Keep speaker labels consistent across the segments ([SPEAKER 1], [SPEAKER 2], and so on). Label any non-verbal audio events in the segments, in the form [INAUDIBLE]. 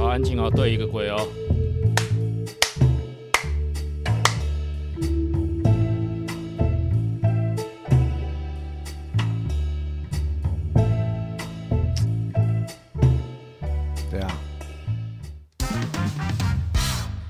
[SPEAKER 1] 安静哦，对一个鬼哦。
[SPEAKER 2] 对啊。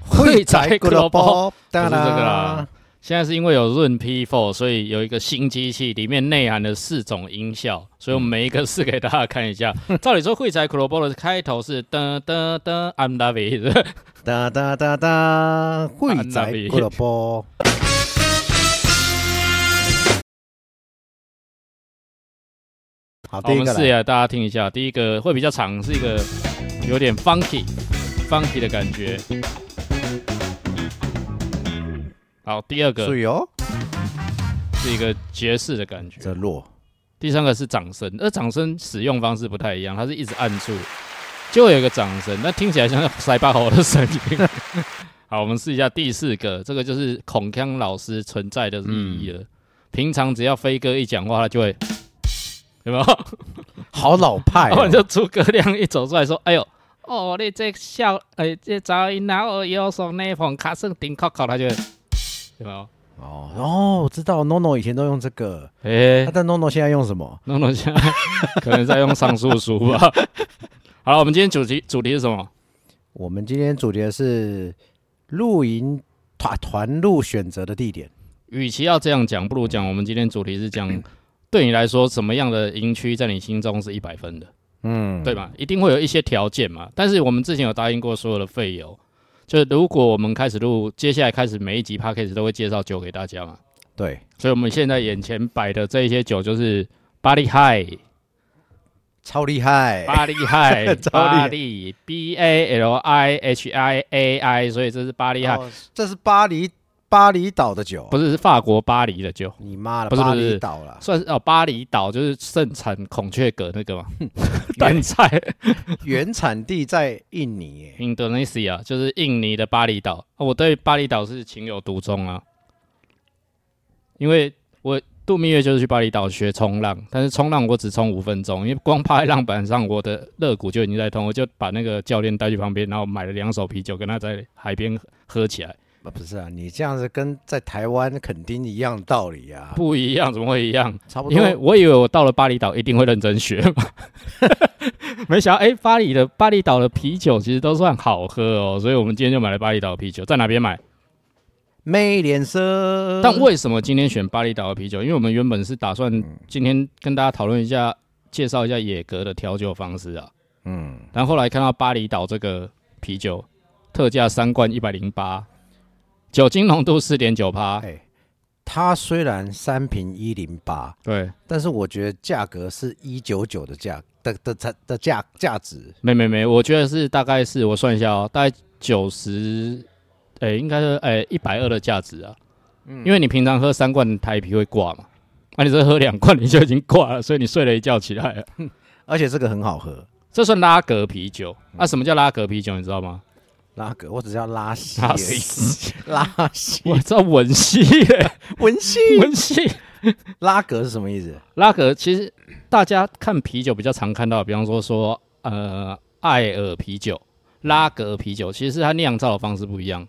[SPEAKER 1] 会宅俱乐部，
[SPEAKER 2] 当然
[SPEAKER 1] 不是这个啦。现在是因为有润 P Four，所以有一个新机器，里面内含了四种音效，所以我们每一个试给大家看一下。
[SPEAKER 2] 嗯
[SPEAKER 1] 照理说，会宅 c l o b 的开头是噔噔噔，I'm David，
[SPEAKER 2] 哒哒哒哒，会宅俱乐部。
[SPEAKER 1] 好
[SPEAKER 2] 好，哦第
[SPEAKER 1] 我
[SPEAKER 2] 一
[SPEAKER 1] 们
[SPEAKER 2] 个
[SPEAKER 1] 试一
[SPEAKER 2] 来，
[SPEAKER 1] 下，大家听一下。第一个会比较长，是一个有点 funky funky 的感觉。好，第二
[SPEAKER 2] 注
[SPEAKER 1] 个
[SPEAKER 2] 意哦，
[SPEAKER 1] 是一个爵士的感觉。
[SPEAKER 2] 这弱，
[SPEAKER 1] 第三个是掌声，而掌声使用方式不太一样，它是一直按住，就会有一个掌声，那听起来像是塞巴猴的声音。 [LAUGHS] 好，我们试一下第四个，这个就是孔锵老师存在的意义了。平常只要飞哥一讲话，他就会有没有？
[SPEAKER 2] 好老派
[SPEAKER 1] [LAUGHS] 然后
[SPEAKER 2] [LAUGHS] 哦
[SPEAKER 1] 你。就诸葛亮一走出来说：“哎呦，哦，你这笑，哎，这早一拿我右手那一捧卡圣顶靠靠，他就会有没有？
[SPEAKER 2] 哦哦，我知道，NONO 以前都用这个，
[SPEAKER 1] 哎、
[SPEAKER 2] 那但 NONO 现在用什么？
[SPEAKER 1] 弄弄下，可能在用上述书吧。 [LAUGHS] 好了，我们今天主题主题是什么？
[SPEAKER 2] 我们今天主题是露营团团路选择的地点。
[SPEAKER 1] 与其要这样讲，不如讲我们今天主题是讲，对你来说什么样的营区在你心中是一百分的，
[SPEAKER 2] 嗯，
[SPEAKER 1] 对吧？一定会有一些条件嘛。但是我们之前有答应过所有的费油，就是如果我们开始录，接下来开始每一集 p a c k a g e 都会介绍酒给大家嘛。
[SPEAKER 2] 对，
[SPEAKER 1] 所以我们现在眼前摆的这一些酒就是 Body
[SPEAKER 2] [LAUGHS]
[SPEAKER 1] High、
[SPEAKER 2] 超厉害。
[SPEAKER 1] Body High、
[SPEAKER 2] [LAUGHS] 超
[SPEAKER 1] Body B A L I H I A I，所以这是 Body High。
[SPEAKER 2] 哦，这是巴黎巴厘岛的酒，
[SPEAKER 1] 啊不是是法国巴黎的酒，
[SPEAKER 2] 你妈了，
[SPEAKER 1] 不是
[SPEAKER 2] 巴
[SPEAKER 1] 不是
[SPEAKER 2] 厘岛了，
[SPEAKER 1] 算是哦，巴厘岛就是盛产孔雀蛤那个嘛，蛋菜。
[SPEAKER 2] 原产地在印尼耶。
[SPEAKER 1] Indonesia 就是印尼的巴厘岛、哦我对巴厘岛是情有独钟啊，因为我度蜜月就是去巴厘岛学冲浪，但是冲浪我只冲五分钟，因为光趴在浪板上，我的肋骨就已经在痛，我就把那个教练带去旁边，然后买了两手啤酒，跟他在海边喝起来。
[SPEAKER 2] 啊，不是啊，你这样子跟在台湾垦丁一样的道理啊，
[SPEAKER 1] 不一样，怎么会一样？
[SPEAKER 2] 差不多。
[SPEAKER 1] 因为我以为我到了巴厘岛一定会认真学嘛， [LAUGHS] 没想到哎、诶巴黎的巴厘岛的啤酒其实都算好喝哦，所以我们今天就买了巴厘岛的啤酒，在哪边买？
[SPEAKER 2] 魅脸色，
[SPEAKER 1] 但为什么今天选巴厘岛的啤酒？因为我们原本是打算今天跟大家讨论一下，介绍一下野格的调酒方式啊，
[SPEAKER 2] 嗯，
[SPEAKER 1] 然后后来看到巴厘岛这个啤酒特价三罐一百零八，酒精浓度四点九趴，
[SPEAKER 2] 哎，它虽然三瓶一零八，
[SPEAKER 1] 对，
[SPEAKER 2] 但是我觉得价格是一九九的价的的的的价价值，
[SPEAKER 1] 没没没，我觉得是大概是我算一下哦，大概九十，诶，应该是诶一百二的价值啊。因为你平常喝三罐台啤会挂嘛，那、你这喝两罐你就已经挂了，所以你睡了一觉起来了，
[SPEAKER 2] 而且这个很好喝。
[SPEAKER 1] 这算拉格啤酒。啊，什么叫拉格啤酒？你知道吗？
[SPEAKER 2] 拉格，我只要拉稀
[SPEAKER 1] 拉
[SPEAKER 2] 而
[SPEAKER 1] 西
[SPEAKER 2] 已，拉稀，
[SPEAKER 1] 我知道文系耶，
[SPEAKER 2] 文熙。
[SPEAKER 1] 文系
[SPEAKER 2] 拉格是什么意思？
[SPEAKER 1] 拉格其实大家看啤酒比较常看到，比方说说呃艾尔啤酒、拉格啤酒，其实它酿造的方式不一样。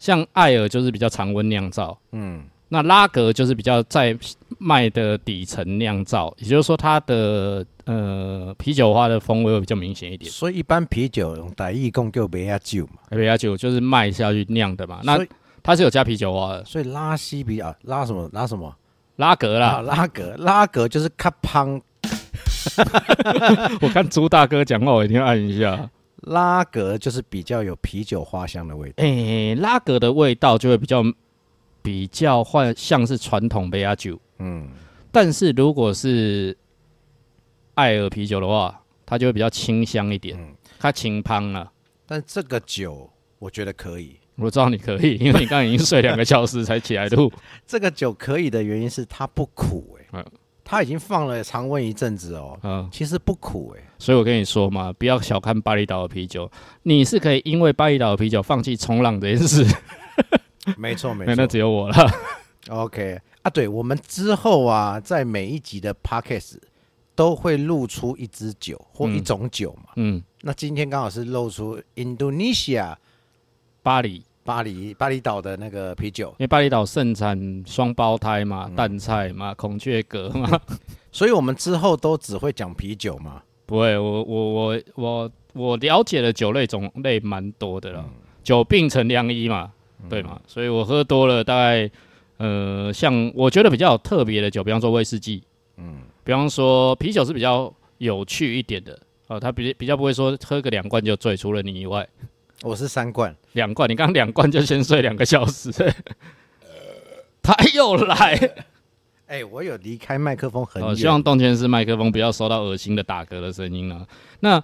[SPEAKER 1] 像艾尔就是比较常温酿造，
[SPEAKER 2] 嗯，
[SPEAKER 1] 那拉格就是比较在麦的底层酿造，也就是说它的呃啤酒花的风味会比较明显一点。
[SPEAKER 2] 所以一般啤酒用台语讲叫梅亚酒嘛，
[SPEAKER 1] 北亚酒就是麦下去酿的嘛，那
[SPEAKER 2] 所以
[SPEAKER 1] 它是有加啤酒花的。
[SPEAKER 2] 所以拉稀比啊拉什么拉什么
[SPEAKER 1] 拉格
[SPEAKER 2] 啊
[SPEAKER 1] 啦，
[SPEAKER 2] 拉格拉格就是卡胖
[SPEAKER 1] 我看朱大哥讲话，我一定要按一下。
[SPEAKER 2] 拉格就是比较有啤酒花香的味道。
[SPEAKER 1] 诶、拉格的味道就会比较比较换，像是传统北亚酒。
[SPEAKER 2] 嗯，
[SPEAKER 1] 但是如果是艾尔啤酒的话，它就会比较清香一点，
[SPEAKER 2] 嗯
[SPEAKER 1] 它清胖了。
[SPEAKER 2] 但这个酒我觉得可以，
[SPEAKER 1] 我知道你可以，因 [LAUGHS] 为你刚刚已经睡两个小时才起来
[SPEAKER 2] [LAUGHS]
[SPEAKER 1] 录。
[SPEAKER 2] 这个酒可以的原因是它不苦哎、
[SPEAKER 1] 嗯
[SPEAKER 2] 它已经放了常温一阵子哦，
[SPEAKER 1] 嗯，
[SPEAKER 2] 其实不苦哎、
[SPEAKER 1] 所以我跟你说嘛，不要小看巴厘岛的啤酒，你是可以因为巴厘岛的啤酒放弃冲浪这件事，
[SPEAKER 2] 没
[SPEAKER 1] [LAUGHS]
[SPEAKER 2] 错没
[SPEAKER 1] 那那
[SPEAKER 2] 错。
[SPEAKER 1] 只有我了。
[SPEAKER 2] [LAUGHS] OK 啊对，我们之后啊，在每一集的 Podcast 都会露出一支酒或一
[SPEAKER 1] 嗯
[SPEAKER 2] 种酒嘛。
[SPEAKER 1] 嗯，
[SPEAKER 2] 那今天刚好是露出 Indonesia
[SPEAKER 1] 巴黎，因
[SPEAKER 2] 巴黎巴厘岛的那个啤酒，
[SPEAKER 1] 为巴厘岛盛产双胞胎嘛、
[SPEAKER 2] 嗯
[SPEAKER 1] 蛋菜嘛、孔雀蛤嘛。
[SPEAKER 2] 所以我们之后都只会讲啤酒嘛。
[SPEAKER 1] 不会，我我我我我了解的酒类种类蛮多的啦，久病成良医嘛，对嘛，所以我喝多了大概，呃，像我觉得比较有特别的酒，比方说威士忌，嗯，比方说啤酒是比较有趣一点的，哦，它比比较不会说喝个两罐就醉，除了你以外，
[SPEAKER 2] 我是三罐，
[SPEAKER 1] 两罐，你刚两罐就先睡两个小时， [LAUGHS] 他又来，
[SPEAKER 2] 哎、我有离开麦克风很
[SPEAKER 1] 呃，
[SPEAKER 2] 远，
[SPEAKER 1] 希望动圈式麦克风不要收到恶心的打嗝的声音啊。那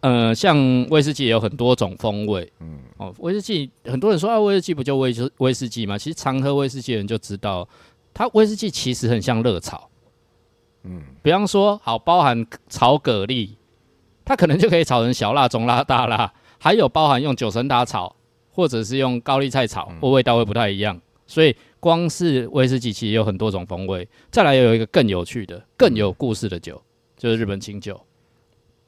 [SPEAKER 1] 呃，像威士忌也有很多种风味，嗯，哦，威士忌很多人说啊，威士忌不就威士威士忌嘛？其实常喝威士忌的人就知道，它威士忌其实很像热炒，嗯，比方说好包含炒蛤蜊，它可能就可以炒成小辣、中辣、大辣，还有包含用九层塔炒，或者是用高丽菜炒，或味道会不太一样，所以。光是威士忌其实有很多种风味，再来有一个更有趣的、更有故事的酒，就是日本清酒。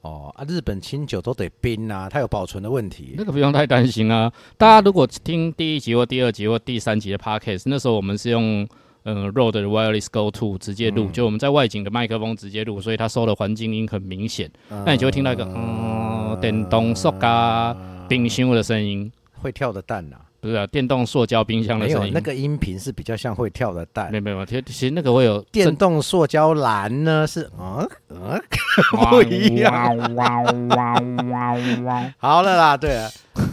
[SPEAKER 2] 哦啊，日本清酒都得冰啊，它有保存的问题
[SPEAKER 1] 那。个不用太担心啊！大家如果听第一集或第二集或第三集的 podcast，那时候我们是用呃 Rode 的 Wireless Go Two 直接录，就我们在外景的麦克风直接录，所以它收的环境音很明显。那你就会听到一个嗯电动塑胶冰箱的声音，
[SPEAKER 2] 会跳的蛋呐、啊，
[SPEAKER 1] 不是、啊、电动塑胶冰箱的
[SPEAKER 2] 没有
[SPEAKER 1] 声音。
[SPEAKER 2] 那个音频是比较像会跳的蛋
[SPEAKER 1] 没。有没有，其实其实那个会有
[SPEAKER 2] 电动塑胶篮呢是啊啊
[SPEAKER 1] 哦
[SPEAKER 2] 不一样。好了啦，对了，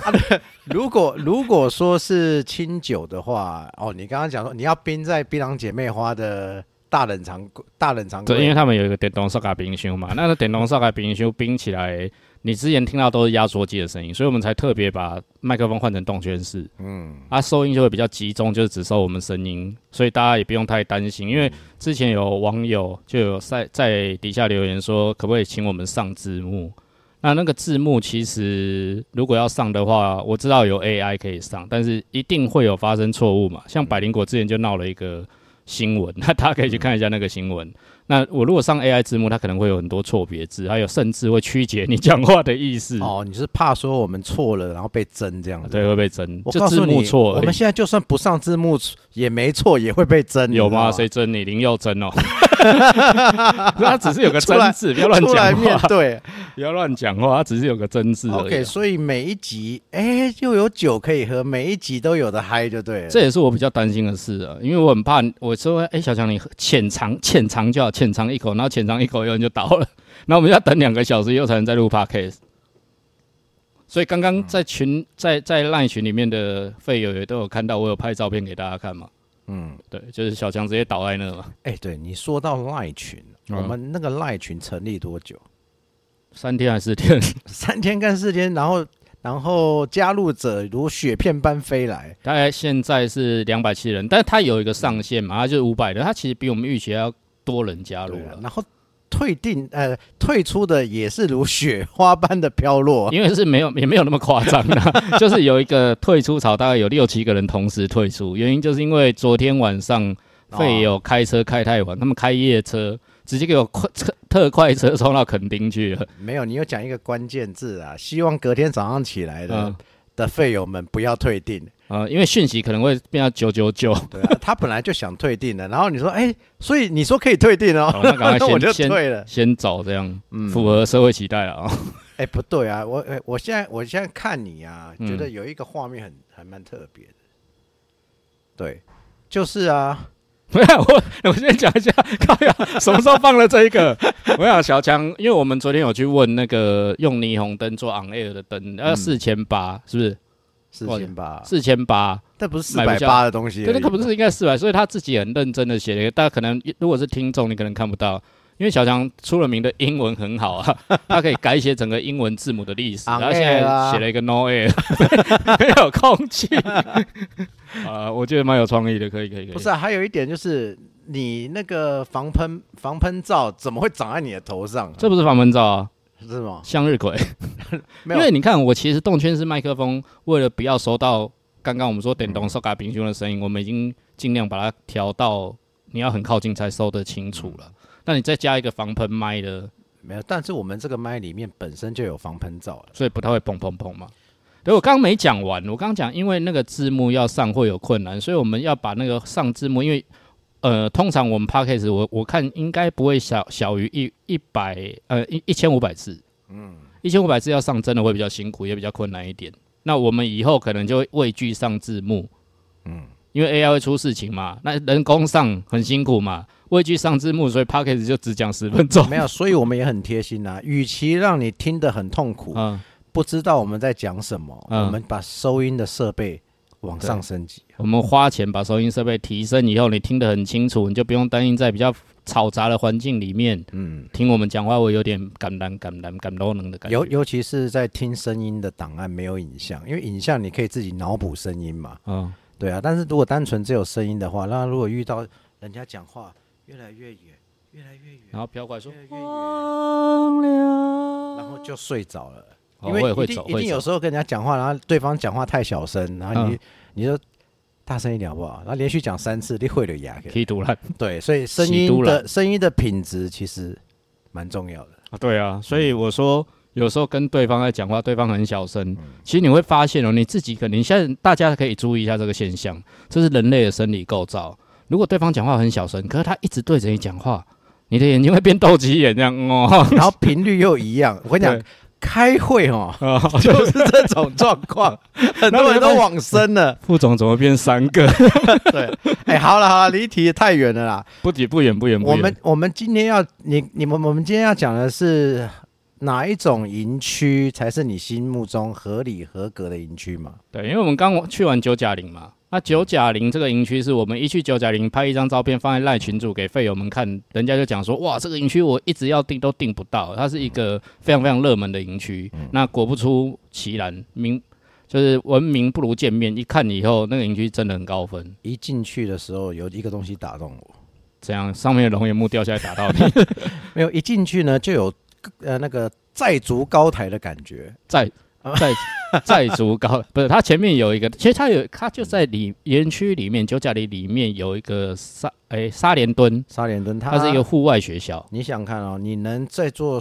[SPEAKER 2] 啊、对如果如果说是清酒的话，哦，你刚刚讲说你要冰在槟榔姐妹花的大冷藏柜大冷藏
[SPEAKER 1] 对，因为
[SPEAKER 2] 柜，
[SPEAKER 1] 他们有一个电动扫把冰箱嘛，那个电动扫把冰箱冰起来，你之前听到都是压缩机的声音，所以我们才特别把麦克风换成动圈式，
[SPEAKER 2] 嗯，
[SPEAKER 1] 啊，收音就会比较集中，就是只收我们声音，所以大家也不用太担心，
[SPEAKER 2] 嗯
[SPEAKER 1] 因为之前有网友就有在在底下留言说，可不可以请我们上字幕？那那个字幕其实如果要上的话，我知道有 AI 可以上，但是一定会有发生错误嘛。
[SPEAKER 2] 嗯
[SPEAKER 1] 像百灵果之前就闹了一个新闻， [LAUGHS] 那大家可以去看一下那个新闻。那我如果上 AI 字幕，它可能会有很多错别字，还有甚至会曲解你讲话的意思，
[SPEAKER 2] 哦，你是怕说我们错了然后被针这样子？
[SPEAKER 1] 嗯对，会被针。
[SPEAKER 2] 我
[SPEAKER 1] 就
[SPEAKER 2] 告
[SPEAKER 1] 字
[SPEAKER 2] 诉
[SPEAKER 1] 幕
[SPEAKER 2] 你，
[SPEAKER 1] 错而
[SPEAKER 2] 我
[SPEAKER 1] 已，
[SPEAKER 2] 们现在就算不上字幕也没错，也会被针，
[SPEAKER 1] 哎 [LAUGHS] 有吗？
[SPEAKER 2] 你知道
[SPEAKER 1] 谁针你？林佑
[SPEAKER 2] [LAUGHS]
[SPEAKER 1] 针哦， [LAUGHS] 他只是有个
[SPEAKER 2] 出来
[SPEAKER 1] 针字，不要乱
[SPEAKER 2] 出来面
[SPEAKER 1] 讲话，
[SPEAKER 2] 对
[SPEAKER 1] 不要乱讲话，他只是有个针字而已
[SPEAKER 2] OK，
[SPEAKER 1] 啊。
[SPEAKER 2] 所以每一集哎又有酒可以喝，每一集都有的嗨就对了。
[SPEAKER 1] 这也是我比较担心的事啊，因为我很怕，我说，哎、小强，你喝浅尝浅尝就好，浅尝一口，然后浅尝一口，有人就倒了， [LAUGHS] 然后我们要等两个小时以后才能再录 podcast。所以刚刚在群在在赖群里面的费友也都有看到，我有拍照片给大家看嘛。嗯，对，就是小强直接倒在那嘛，
[SPEAKER 2] 哎、对你说到赖群，
[SPEAKER 1] 嗯
[SPEAKER 2] 我们那个赖群成立多久？
[SPEAKER 1] 三天还是四天？ [LAUGHS]
[SPEAKER 2] 三天跟四天，然后然后加入者如雪片般飞来。
[SPEAKER 1] 大概现在是两百七人，但是它有一个上限嘛，它就是五百人，它其实比我们预期还要多人加入
[SPEAKER 2] 对啊
[SPEAKER 1] 了，，
[SPEAKER 2] 然后退订呃退出的也是如雪花般的飘落。
[SPEAKER 1] [LAUGHS] 因为是没有也没有那么夸张啦， [LAUGHS] 就是有一个退出潮，大概有六七个人同时退出，原因就是因为昨天晚上费友开车开太晚，他们开夜车，直接给我快车特快车冲到垦丁去了，
[SPEAKER 2] 没有，你有讲一个关键字啊，希望隔天早上起来的、
[SPEAKER 1] 嗯
[SPEAKER 2] 的费友们不要退订。
[SPEAKER 1] 呃，因为讯息可能会变到九九九， [LAUGHS]
[SPEAKER 2] 对啊，他本来就想退订的，然后你说哎、所以你说可以退订哦，
[SPEAKER 1] 好那赶快先
[SPEAKER 2] [LAUGHS] 我就
[SPEAKER 1] 先
[SPEAKER 2] 退了。
[SPEAKER 1] 先走这样，
[SPEAKER 2] 嗯
[SPEAKER 1] 符合社会期待了 [LAUGHS] 啊、
[SPEAKER 2] 哎、不对啊，我哎我现在我现在看你啊，
[SPEAKER 1] 嗯
[SPEAKER 2] 觉得有一个画面很还蛮特别的，对，就是啊，
[SPEAKER 1] 不是我，我先讲一下，靠呀，什么时候放了这一个？ [LAUGHS] 我想小强，因为我们昨天有去问那个用霓虹灯做 on air 的灯，要四千八，是不是？
[SPEAKER 2] 四
[SPEAKER 1] 哇
[SPEAKER 2] 千八，
[SPEAKER 1] 四千八，
[SPEAKER 2] 但不是四
[SPEAKER 1] 买
[SPEAKER 2] 百
[SPEAKER 1] 不下
[SPEAKER 2] 八的东西而已，
[SPEAKER 1] 对，那个不是应该四百，所以他自己很认真的写了一个，大家可能如果是听众，你可能看不到。因为小强出了名的英文很好啊， [LAUGHS] 他可以改写整个英文字母的历史，然
[SPEAKER 2] on
[SPEAKER 1] 后现在
[SPEAKER 2] air 啊
[SPEAKER 1] 写了一个 no air，没有空
[SPEAKER 2] [LAUGHS]
[SPEAKER 1] 气。啊，我觉得蛮有创意的，可以可以可以。
[SPEAKER 2] 不是、啊，还有一点就是你那个防喷防喷罩怎么会长在你的头上、啊？
[SPEAKER 1] 这不是防喷罩啊，
[SPEAKER 2] 是吗？
[SPEAKER 1] 向日葵。
[SPEAKER 2] 哦没
[SPEAKER 1] 因
[SPEAKER 2] 有
[SPEAKER 1] 为你看，我其实动圈式麦克风，为了不要收到刚刚我们说电动收嘎平胸的声音，我们已经尽量把它调到你要很靠近才收得清楚了。那你再加一个防喷麦的
[SPEAKER 2] 没有，但是我们这个麦里面本身就有防喷罩了。 [LAUGHS]
[SPEAKER 1] 所以不太会砰砰砰嘛。对，我刚刚没讲完，我刚刚讲，因为那个字幕要上会有困难，所以我们要把那个上字幕，因为呃，通常我们 p a c k a g e 我我看应该不会小小于一一百呃一一千五百字，嗯，一千五百字要上真的会比较辛苦，也比较困难一点。那我们以后可能就会畏惧上字幕，嗯，因为 AI 会出事情嘛，那人工上很辛苦嘛，畏惧上字幕，所以 p a c k a g e 就只讲十分钟，
[SPEAKER 2] 没有，所以我们也很贴心呐、与其让你听得很痛苦，
[SPEAKER 1] 嗯，
[SPEAKER 2] 不知道我们在讲什么，
[SPEAKER 1] 嗯
[SPEAKER 2] 我们把收音的设备往上升级。
[SPEAKER 1] 我们花钱把收音设备提升以后，你听得很清楚，你就不用担心在比较嘈杂的环境里面
[SPEAKER 2] 嗯，
[SPEAKER 1] 听我们讲话，会有点感染、感染、感动能的感觉。
[SPEAKER 2] 尤尤其是在听声音的档案没有影像，因为影像你可以自己脑补声音嘛，
[SPEAKER 1] 嗯，
[SPEAKER 2] 对啊。但是如果单纯只有声音的话，那如果遇到人家讲话越来越远，越来越远，
[SPEAKER 1] 然后飘过来说
[SPEAKER 2] 越，来越远，然后就睡着了。
[SPEAKER 1] 哦
[SPEAKER 2] 因为
[SPEAKER 1] 会会
[SPEAKER 2] 一定
[SPEAKER 1] 走
[SPEAKER 2] 一定
[SPEAKER 1] 会
[SPEAKER 2] 有
[SPEAKER 1] 走，
[SPEAKER 2] 时候跟人家讲话，然后对方讲话太小声，然后你、
[SPEAKER 1] 嗯
[SPEAKER 2] 你就大声一点好不好？然后连续讲三次，你会了牙。
[SPEAKER 1] 踢独烂
[SPEAKER 2] 对，所以声
[SPEAKER 1] 喜
[SPEAKER 2] 音
[SPEAKER 1] 都
[SPEAKER 2] 的声音的品质其实蛮重要的。 [LAUGHS]
[SPEAKER 1] 啊， [LAUGHS] 对啊，所以我说。有时候跟对方在讲话，对方很小声，其实你会发现哦，你自己可能现在大家可以注意一下这个现象，这是人类的生理构造。如果对方讲话很小声，可是他一直对着你讲话，你的眼睛会变斗鸡眼这样嗯哦。
[SPEAKER 2] 然后频率又一样。我跟你讲
[SPEAKER 1] 对，，
[SPEAKER 2] 开会哦
[SPEAKER 1] [LAUGHS]
[SPEAKER 2] [LAUGHS]
[SPEAKER 1] 啊
[SPEAKER 2] 就是这种状
[SPEAKER 1] [LAUGHS]
[SPEAKER 2] 况，很多人都往生了。
[SPEAKER 1] 副总怎么变三个？
[SPEAKER 2] [LAUGHS] 对，哎，好了好了，离题太远了啦。
[SPEAKER 1] [LAUGHS] 不远不远不嗯远不远。
[SPEAKER 2] 我们我们今天要你你们我们今天要讲的是哪一种营区才是你心目中合理合格的营区嘛？
[SPEAKER 1] 对，因为我们刚去完九甲林嘛，那九甲林这个营区是我们一去九甲林拍一张照片放在赖群主给费友们看，人家就讲说哇，这个营区我一直要订都订不到，它是一个非常非常热门的营区。那果不出其然，名就是闻名不如见面，一看以后那个营区真的很高分，
[SPEAKER 2] 一进去的时候有一个东西打动我，
[SPEAKER 1] 这样上面的龙眼木掉下来打到你，
[SPEAKER 2] 没有一进去呢就有呃那个债足高台的感觉。
[SPEAKER 1] 再
[SPEAKER 2] 啊 [LAUGHS]
[SPEAKER 1] 再再足高，不是它前面有一个，其实它有它就在里园区里面，九甲里里面有一个沙诶沙连墩，
[SPEAKER 2] 沙连墩它
[SPEAKER 1] 它是一个户外学校，
[SPEAKER 2] 你想看哦，你能在做，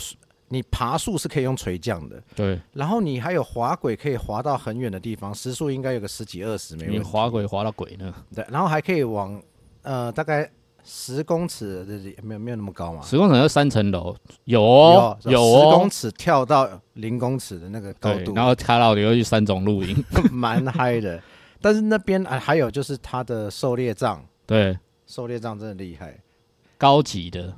[SPEAKER 2] 你爬树是可以用垂降的，
[SPEAKER 1] 对，
[SPEAKER 2] 然后你还有滑轨可以滑到很远的地方，时速应该有个十几二十，没
[SPEAKER 1] 你
[SPEAKER 2] 问题。
[SPEAKER 1] 滑轨滑到鬼呢，
[SPEAKER 2] 对，然后还可以往呃大概十公尺的里，没有没有那么高嘛，
[SPEAKER 1] 十公尺就三层楼，有哦有
[SPEAKER 2] 十公
[SPEAKER 1] 哦，
[SPEAKER 2] 尺跳到零公尺的那个高
[SPEAKER 1] 对
[SPEAKER 2] 度，
[SPEAKER 1] 然后卡到你又去三种露营，
[SPEAKER 2] [LAUGHS] 蛮嗨的。但是那边啊，还有就是它的狩猎杖，
[SPEAKER 1] 对，
[SPEAKER 2] 狩猎杖真的厉害。
[SPEAKER 1] 高级的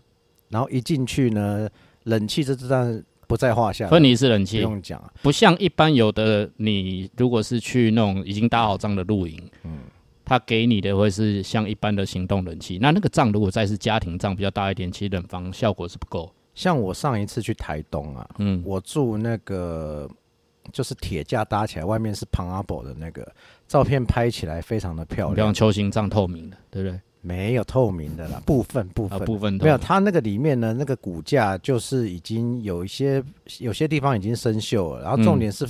[SPEAKER 2] 然后一进去呢，冷气这当然不在话下了，
[SPEAKER 1] 分离式冷
[SPEAKER 2] 不
[SPEAKER 1] 气，
[SPEAKER 2] 用讲啊，
[SPEAKER 1] 不像一般有的你如果是去那种已经搭好帐的露营，嗯。他给你的会是像一般的行动冷气，那那个帐如果再是家庭帐比较大一点，其实冷房效果是不够。
[SPEAKER 2] 像我上一次去台东啊，
[SPEAKER 1] 嗯，
[SPEAKER 2] 我住那个就是铁架搭起来，外面是庞阿伯的那个，照片拍起来非常的漂
[SPEAKER 1] 比
[SPEAKER 2] 亮
[SPEAKER 1] 方，球形帐透明的，对不对？
[SPEAKER 2] 没有透明的啦，部分部
[SPEAKER 1] 啊，
[SPEAKER 2] 分。
[SPEAKER 1] 部分透
[SPEAKER 2] 没
[SPEAKER 1] 明
[SPEAKER 2] 有，它那个里面呢，那个骨架就是已经有一些有些地方已经生锈了，然后重点是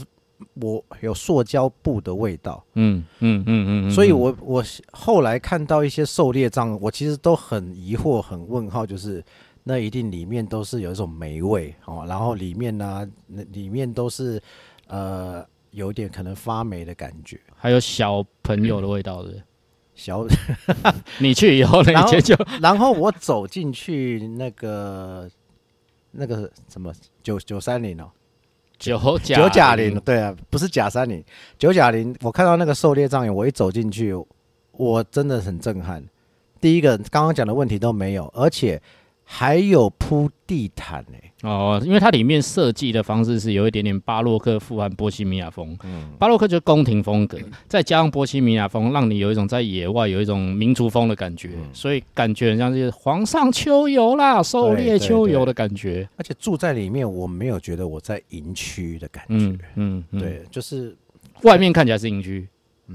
[SPEAKER 2] 我有塑胶布的味道，
[SPEAKER 1] 嗯嗯嗯嗯嗯，
[SPEAKER 2] 所以
[SPEAKER 1] 嗯
[SPEAKER 2] 我我后来看到一些狩猎杖，我其实都很疑惑、很问号，就是那一定里面都是有一种霉味哦，然后里面呢、那里面都是呃有点可能发霉的感觉。
[SPEAKER 1] 还有小朋友的味道，对不对？
[SPEAKER 2] 小， [LAUGHS]
[SPEAKER 1] 你去以后呢，
[SPEAKER 2] 然后
[SPEAKER 1] 你就
[SPEAKER 2] 然后我走进去那个那个什么九九三零哦，
[SPEAKER 1] 九甲
[SPEAKER 2] 九甲林，对啊，不是甲三零，九甲林。我看到那个狩猎帐眼，我一走进去，我真的很震撼。第一个，刚刚讲的问题都没有，而且还有铺地毯欸诶、
[SPEAKER 1] 哦，因为它里面设计的方式是有一点点巴洛克、富含波西米亚风。
[SPEAKER 2] 嗯
[SPEAKER 1] 巴洛克就是宫廷风格，再加上波西米亚风，让你有一种在野外有一种民族风的感觉，
[SPEAKER 2] 嗯
[SPEAKER 1] 所以感觉很像是皇上秋游啦、狩猎
[SPEAKER 2] 对
[SPEAKER 1] 秋游的感觉。
[SPEAKER 2] 而且住在里面，我没有觉得我在营区的感觉。
[SPEAKER 1] 嗯嗯，嗯，
[SPEAKER 2] 对，嗯就是
[SPEAKER 1] 外面看起来是营区。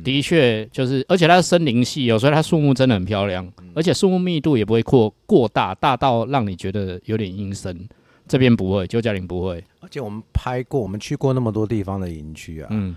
[SPEAKER 1] 的确，就是，而且它是森林系哦，所以它树木真的很漂亮，
[SPEAKER 2] 嗯
[SPEAKER 1] 而且树木密度也不会过过大，大到让你觉得有点阴森。这边不会，九甲林不会，
[SPEAKER 2] 而且我们拍过，我们去过那么多地方的营区啊，
[SPEAKER 1] 嗯，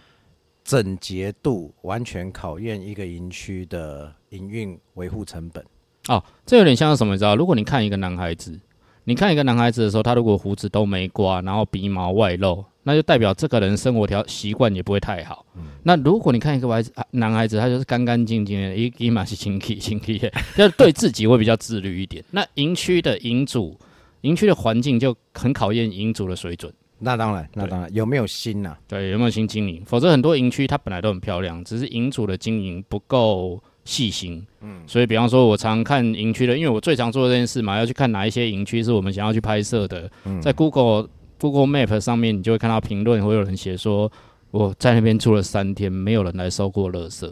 [SPEAKER 2] 整洁度完全考验一个营区的营运维护成本。
[SPEAKER 1] 哦，这有点像是什么？你知道，如果你看一个男孩子，你看一个男孩子的时候，他如果胡子都没刮，然后鼻毛外露，那就代表这个人生活条习惯也不会太好。那如果你看一个孩子男孩子，他就是干干净净的，一一马是清气清气的，要对自己会比较自律一点。那营区的营主，营区的环境就很考验营主的水准。
[SPEAKER 2] 那当然，那
[SPEAKER 1] 对
[SPEAKER 2] 当然有没有啊心呐、
[SPEAKER 1] 对，有没有新经营？否则很多营区它本来都很漂亮，只是营主的经营不够细心。嗯，所以比方说，我常看营区的，因为我最常做的这件事嘛，要去看哪一些营区是我们想要去拍摄的。在 Google Google Map 上面，你就会看到评论，会有人写说我在那边住了三天，没有人来收过垃圾。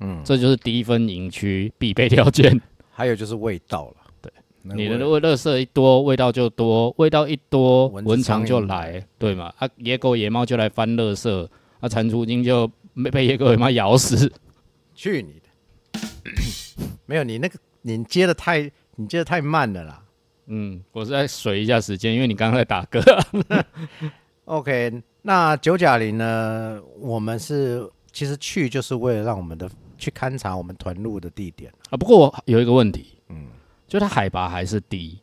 [SPEAKER 1] 嗯，这就是低分营区必备条件。
[SPEAKER 2] 还有就是味道了，对，那
[SPEAKER 1] 你
[SPEAKER 2] 味
[SPEAKER 1] 的垃圾一多，味道就多，味道一多，
[SPEAKER 2] 蚊子
[SPEAKER 1] 蚊虫就
[SPEAKER 2] 苍蝇
[SPEAKER 1] 来，对嘛？啊，野狗野猫就来翻垃圾，啊，蟾蜍精就被被野狗野猫咬死。
[SPEAKER 2] 去你的！ [COUGHS] 没有你那个，你接的太，你接的太慢了啦。
[SPEAKER 1] [LAUGHS] 嗯，我是在水一下时间，因为你刚刚在打嗝。 [LAUGHS] 啊
[SPEAKER 2] OK，那九甲林呢？我们是其实去就是为了让我们的去勘察我们团路的地点。
[SPEAKER 1] 啊，不过我有一个问题，嗯，就它海拔还是低，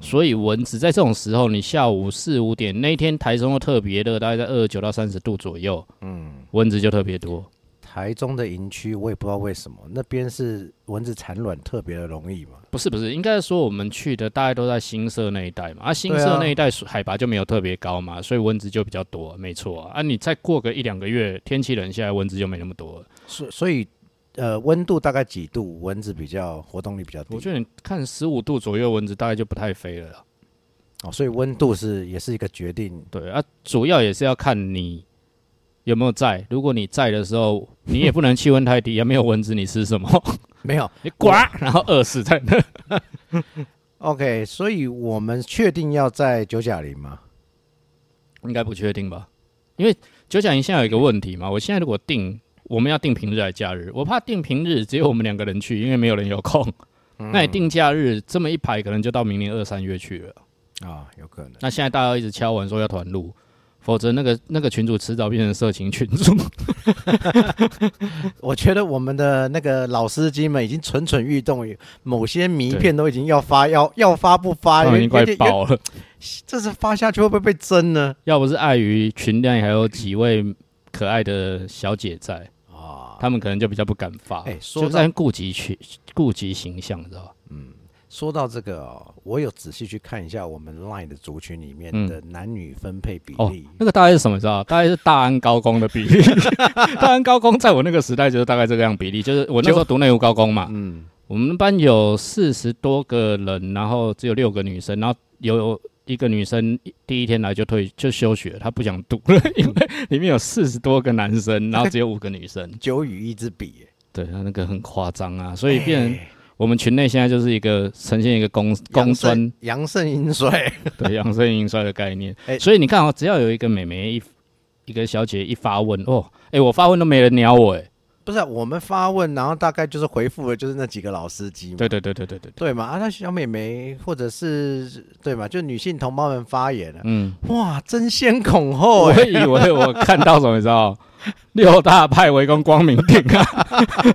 [SPEAKER 1] 所以蚊子在这种时候，你下午四五点那一天台中又特别热，大概在二十九到三十度左右，嗯，蚊子就特别多。
[SPEAKER 2] 台中的营区我也不知道为什么，那边是蚊子产卵特别的容易嘛。
[SPEAKER 1] 不是不是，应该说我们去的大概都在新社那一带嘛，啊，新
[SPEAKER 2] 对啊
[SPEAKER 1] 社那一带水海拔就没有特别高嘛，所以蚊子就比较多，没错啊。啊你再过个一两个月，天气冷下来，蚊子就没那么多了。
[SPEAKER 2] 所所以呃，温度大概几度，蚊子比较活动力比较低。
[SPEAKER 1] 我觉得你看十五度左右，蚊子大概就不太飞了啦。
[SPEAKER 2] 哦，所以温度是也是一个决定。
[SPEAKER 1] 对啊，主要也是要看你有没有在。如果你在的时候，你也不能气温太低啊，没有蚊子你吃什么？ [LAUGHS]
[SPEAKER 2] 没有
[SPEAKER 1] 你呱，然后饿死在那。
[SPEAKER 2] OK，所以我们确定要在九甲林吗？
[SPEAKER 1] 应该不确定吧？因为九甲营现在有一个问题嘛，我现在如果定，我们要定平日还是假日？我怕定平日只有我们两个人去，因为没有人有空。
[SPEAKER 2] 嗯
[SPEAKER 1] 那你定假日这么一排，可能就到明年二三月去了。
[SPEAKER 2] 啊、有可能。
[SPEAKER 1] 那现在大家一直敲完说要团录，否则那个那个群主迟早变成色情群主。
[SPEAKER 2] [LAUGHS] 啊我觉得我们的那个老司机们已经蠢蠢欲动，某些迷片都已经要发，要要发不发，
[SPEAKER 1] 他
[SPEAKER 2] 有
[SPEAKER 1] 们已经快
[SPEAKER 2] 有点有
[SPEAKER 1] 爆了。
[SPEAKER 2] 这是发下去会不会被蒸呢？
[SPEAKER 1] 要不是碍于群内还有几位可爱的小姐在，
[SPEAKER 2] 啊，
[SPEAKER 1] 他们可能就比较不敢发，
[SPEAKER 2] 哎说
[SPEAKER 1] 就
[SPEAKER 2] 到
[SPEAKER 1] 在顾及去顾及形象，你知道吧？
[SPEAKER 2] 说到这个、哦，我有仔细去看一下我们 LINE 的族群里面
[SPEAKER 1] 嗯
[SPEAKER 2] 的男女分配比
[SPEAKER 1] 哦
[SPEAKER 2] 例，，
[SPEAKER 1] 那个大概是什么？你知道？大概是大安高工的比例。大安高工在我那个时代就是大概这个样比例，就是我那时候读内湖高工嘛，
[SPEAKER 2] 嗯，
[SPEAKER 1] 我们班有四十多个人，然后只有六个女生，然后有一个女生第一天来就退就休学，她不想读了，因为里面有四十多个男生，然后只有五个女生，
[SPEAKER 2] 九与一之比耶，
[SPEAKER 1] 对，她那个很夸张啊，所以变成
[SPEAKER 2] 哎
[SPEAKER 1] 我们群内现在就是一个呈现一个公公
[SPEAKER 2] 阳盛
[SPEAKER 1] 酸
[SPEAKER 2] 阳盛阴衰， [LAUGHS]
[SPEAKER 1] 对阳盛阴衰的概念。
[SPEAKER 2] 哎
[SPEAKER 1] 所以你看哦，只要有一个美眉一一个小姐一发问，哦，哎、我发问都没人鸟我，哎，
[SPEAKER 2] 不是啊、我们发问，然后大概就是回复的就是那几个老司机嘛，
[SPEAKER 1] 对对对对对对，对
[SPEAKER 2] 对嘛？啊，那小美眉或者是对嘛，就女性同胞们发言了、
[SPEAKER 1] 嗯，
[SPEAKER 2] 哇，争先恐后
[SPEAKER 1] 我
[SPEAKER 2] 哎、
[SPEAKER 1] 以为
[SPEAKER 2] [LAUGHS]
[SPEAKER 1] 我看到什么，你知道？六大派围攻光明顶啊！ [LAUGHS]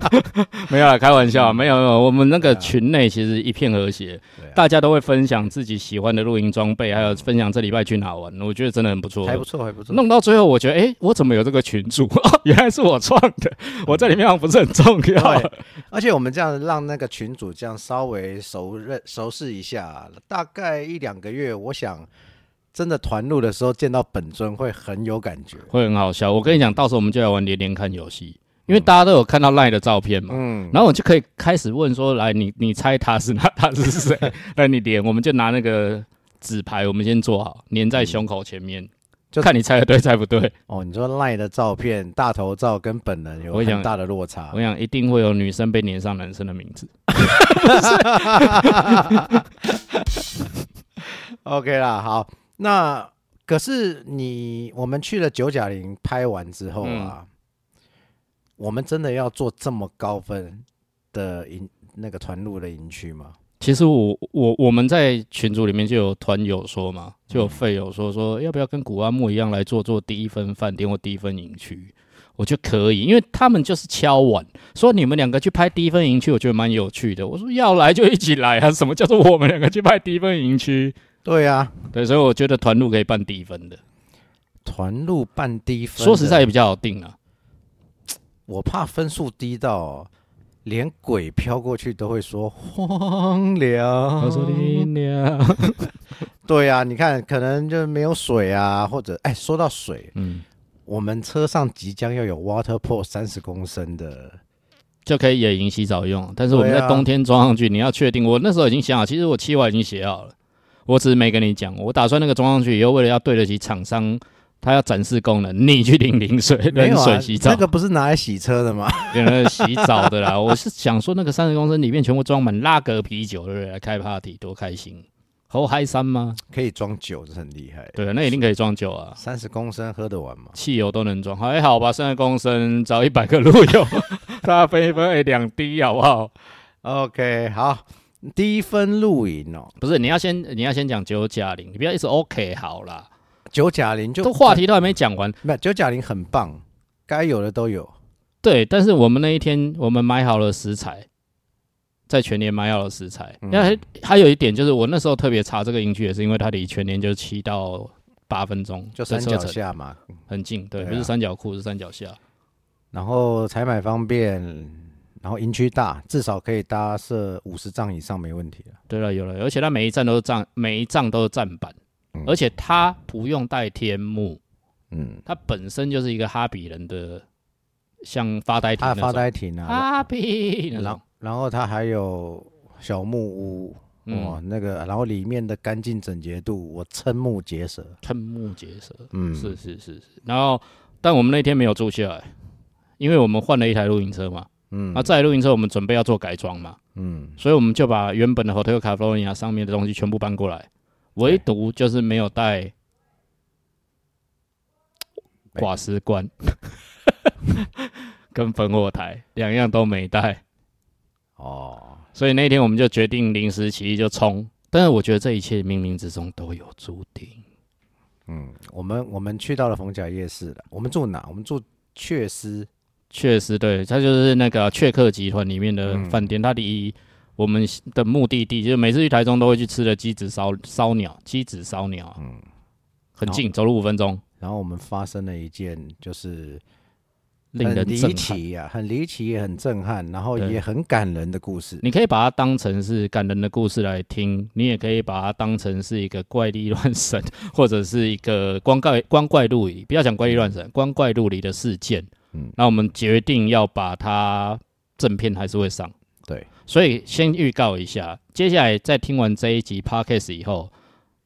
[SPEAKER 1] 没有啦，开玩笑，啊没有没有，我们那个
[SPEAKER 2] 嗯
[SPEAKER 1] 群内其实一片和谐，
[SPEAKER 2] 对啊
[SPEAKER 1] 大家都会分享自己喜欢的露营装备，还有分享这礼拜去哪玩，我觉得真的很不错，
[SPEAKER 2] 还不错，还不错。
[SPEAKER 1] 弄到最后，我觉得，诶，哎我怎么有这个群 [LAUGHS] 主？原来是我创的，我在里面好像不是很重要。啊
[SPEAKER 2] 对，而且我们这样让那个群主这样稍微熟认熟识一下，大概一两个月，我想真的团路的时候见到本尊会很有感觉。
[SPEAKER 1] 会很好笑。我跟你讲，到时候我们就来玩连连看游戏，因为大家都有看到赖的照片嘛，
[SPEAKER 2] 嗯，
[SPEAKER 1] 然后我就可以开始问说，来，你你猜他是哪他是谁？ [LAUGHS] 那你连，我们就拿那个纸牌，我们先做好，粘在胸口前面，
[SPEAKER 2] 嗯就
[SPEAKER 1] 看你猜的对猜不对。
[SPEAKER 2] 哦，你说赖的照片、大头照跟本人有
[SPEAKER 1] 我想
[SPEAKER 2] 很大的落差
[SPEAKER 1] 我。想一定会有女生被粘上男生的名字。
[SPEAKER 2] [LAUGHS] OK 啦，好，那可是你我们去了九甲林拍完之后
[SPEAKER 1] 嗯
[SPEAKER 2] 啊，我们真的要做这么高分的营那个团路的营区吗？
[SPEAKER 1] 其实我我我们在群组里面就有团友说嘛，就有费友说说要不要跟古阿莫一样来做做第一分饭店或第一分营区，我觉得可以，因为他们就是敲碗说你们两个去拍第一分营区，我觉得蛮有趣的。我说要来就一起来啊，什么叫做我们两个去拍第一分营区？
[SPEAKER 2] 对啊，
[SPEAKER 1] 对，所以我觉得团路可以办低分的，
[SPEAKER 2] 团路半低分，
[SPEAKER 1] 说实在也，比较好定啊。
[SPEAKER 2] 我怕分数低到哦连鬼飘过去都会说荒凉。
[SPEAKER 1] 我说你娘，
[SPEAKER 2] 对啊，你看，可能就没有水啊，或者哎，说到水，
[SPEAKER 1] 嗯，
[SPEAKER 2] 我们车上即将要有 water port 三十公升的，
[SPEAKER 1] 就可以野营洗澡用。但是我们
[SPEAKER 2] 对
[SPEAKER 1] 在
[SPEAKER 2] 啊
[SPEAKER 1] 冬天装上去，你要确定。我那时候已经想好，其实我计划已经写好了，我只是没跟你讲。我打算那个装上去以后，为了要对得起厂商，他要展示功能，你去淋淋水、
[SPEAKER 2] 没
[SPEAKER 1] 冷
[SPEAKER 2] 有啊
[SPEAKER 1] 水洗澡， [LAUGHS]
[SPEAKER 2] 那个不是拿来洗车的吗？ [LAUGHS]
[SPEAKER 1] 给人洗澡的啦。我是想说，那个三十公升里面全部装满拉格啤酒，对不对？来开 party 多开心，猴嗨三吗？
[SPEAKER 2] 可以装酒，这很厉害。
[SPEAKER 1] 对啊，那一定可以装酒啊，
[SPEAKER 2] 三十公升喝得完吗？
[SPEAKER 1] 汽油都能装，还好吧？三十公升找一百个路友， [LAUGHS] 大家分一分，哎、两滴好不好？
[SPEAKER 2] OK，好，低分露营哦，
[SPEAKER 1] 不是，你要先你要先讲九甲零，你不要一直 OK 好啦，
[SPEAKER 2] 九甲林就
[SPEAKER 1] 都话题都还没讲完。
[SPEAKER 2] 没有九甲林很棒，该有的都有。
[SPEAKER 1] 对，但是我们那一天我们买好了食材，在全年买好了食材，
[SPEAKER 2] 嗯
[SPEAKER 1] 那、还还有一点就是我那时候特别查这个营区，也是因为它离全年就七到八分钟的
[SPEAKER 2] 就
[SPEAKER 1] 车程，
[SPEAKER 2] 山脚下嘛，
[SPEAKER 1] 很近，对，
[SPEAKER 2] 对啊
[SPEAKER 1] 不是三角裤是山脚下，
[SPEAKER 2] 然后采买方便，然后营区大，至少可以搭设五十丈以上没问题了。
[SPEAKER 1] 对了，有了，而且它每一站都是站，每一站都是站板，
[SPEAKER 2] 嗯
[SPEAKER 1] 而且它不用带天幕，
[SPEAKER 2] 嗯，
[SPEAKER 1] 它本身就是一个哈比人的，像发呆亭
[SPEAKER 2] 它
[SPEAKER 1] 那
[SPEAKER 2] 的发
[SPEAKER 1] 种，
[SPEAKER 2] 呆嗯亭啊，
[SPEAKER 1] 哈比那
[SPEAKER 2] 然
[SPEAKER 1] 种
[SPEAKER 2] 后，然后它还有小木屋，哇、
[SPEAKER 1] 嗯，
[SPEAKER 2] 那个，然后里面的干净整洁度，我瞠目结舌。
[SPEAKER 1] 瞠目结舌，
[SPEAKER 2] 嗯，
[SPEAKER 1] 是是是是。然后，但我们那天没有住下来，因为我们换了一台露营车嘛，
[SPEAKER 2] 嗯
[SPEAKER 1] 那这台露营车我们准备要做改装嘛，
[SPEAKER 2] 嗯，
[SPEAKER 1] 所以我们就把原本的 Hotel California 上面的东西全部搬过来，唯独就是没有带
[SPEAKER 2] 没
[SPEAKER 1] 瓦斯罐 [LAUGHS] 跟烽火台，两样都没带，
[SPEAKER 2] 哦，
[SPEAKER 1] 所以那天我们就决定临时起意就冲。但是我觉得这一切冥冥之中都有注定。
[SPEAKER 2] 嗯，我们我们去到了逢甲夜市了。我们住哪？我们住雀斯。
[SPEAKER 1] 确实，对，它就是那个雀客集团里面的饭店，它离我们的目的地，就是每次去台中都会去吃的鸡子烧烧鸟，鸡子烧鸟，嗯，很
[SPEAKER 2] 哦
[SPEAKER 1] 近，走路五分钟，
[SPEAKER 2] 然后我们发生了一件就是
[SPEAKER 1] 令
[SPEAKER 2] 很
[SPEAKER 1] 人
[SPEAKER 2] 离
[SPEAKER 1] 震撼。
[SPEAKER 2] 奇呀、啊很离奇也很震撼，然后
[SPEAKER 1] 对
[SPEAKER 2] 也很感人的故事。
[SPEAKER 1] 你可以把它当成是感人的故事来听，你也可以把它当成是一个怪力乱神， [LAUGHS] 或者是一个光怪光怪陆离，不要讲怪力乱神，光怪陆离的事件。嗯
[SPEAKER 2] 嗯，
[SPEAKER 1] 那我们决定要把它正片还是会上。
[SPEAKER 2] 对，
[SPEAKER 1] 所以先预告一下，接下来在听完这一集 podcast 以后，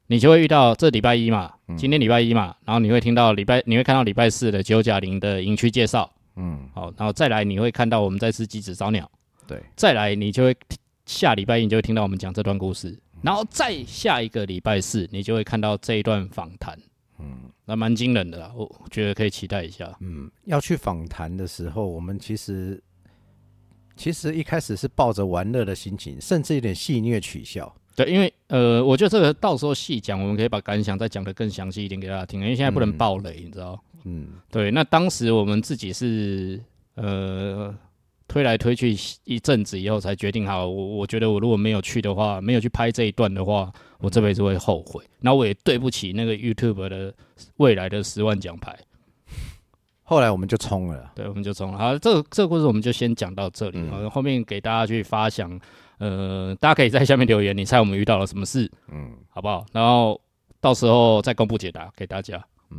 [SPEAKER 1] 你就会遇到这礼拜一嘛，
[SPEAKER 2] 嗯
[SPEAKER 1] 今天礼拜一嘛，然后你会听到礼拜，你会看到礼拜四的九甲零的营区介绍，
[SPEAKER 2] 嗯，
[SPEAKER 1] 好，然后再来你会看到我们在吃鸡子烧鸟，
[SPEAKER 2] 对，
[SPEAKER 1] 再来你就会下礼拜一你就会听到我们讲这段故事，
[SPEAKER 2] 嗯
[SPEAKER 1] 然后再下一个礼拜四你就会看到这一段访谈，嗯，那蛮惊人的啦，我我觉得可以期待一下，
[SPEAKER 2] 嗯，要去访谈的时候，我们其实其实一开始是抱着玩乐的心情，甚至有点戏谑取笑。
[SPEAKER 1] 对，因为呃，我觉得这个到时候细讲，我们可以把感想再讲得更详细一点给大家听，因为现在不能
[SPEAKER 2] 嗯
[SPEAKER 1] 爆雷，你知道。
[SPEAKER 2] 嗯，
[SPEAKER 1] 对，那当时我们自己是呃推来推去一阵子以后，才决定好，我我觉得我如果没有去的话，没有去拍这一段的话，我这辈子会后悔。那我也对不起那个 YouTube 的未来的十万奖牌。
[SPEAKER 2] 后来我们就冲了。
[SPEAKER 1] 对，我们就从好，这个这个故事我们就先讲到这里，好、后面给大家去发想，呃，大家可以在下面留言，你猜我们遇到了什么事，嗯，好不好？然后到时候再公布解答给大家。啊，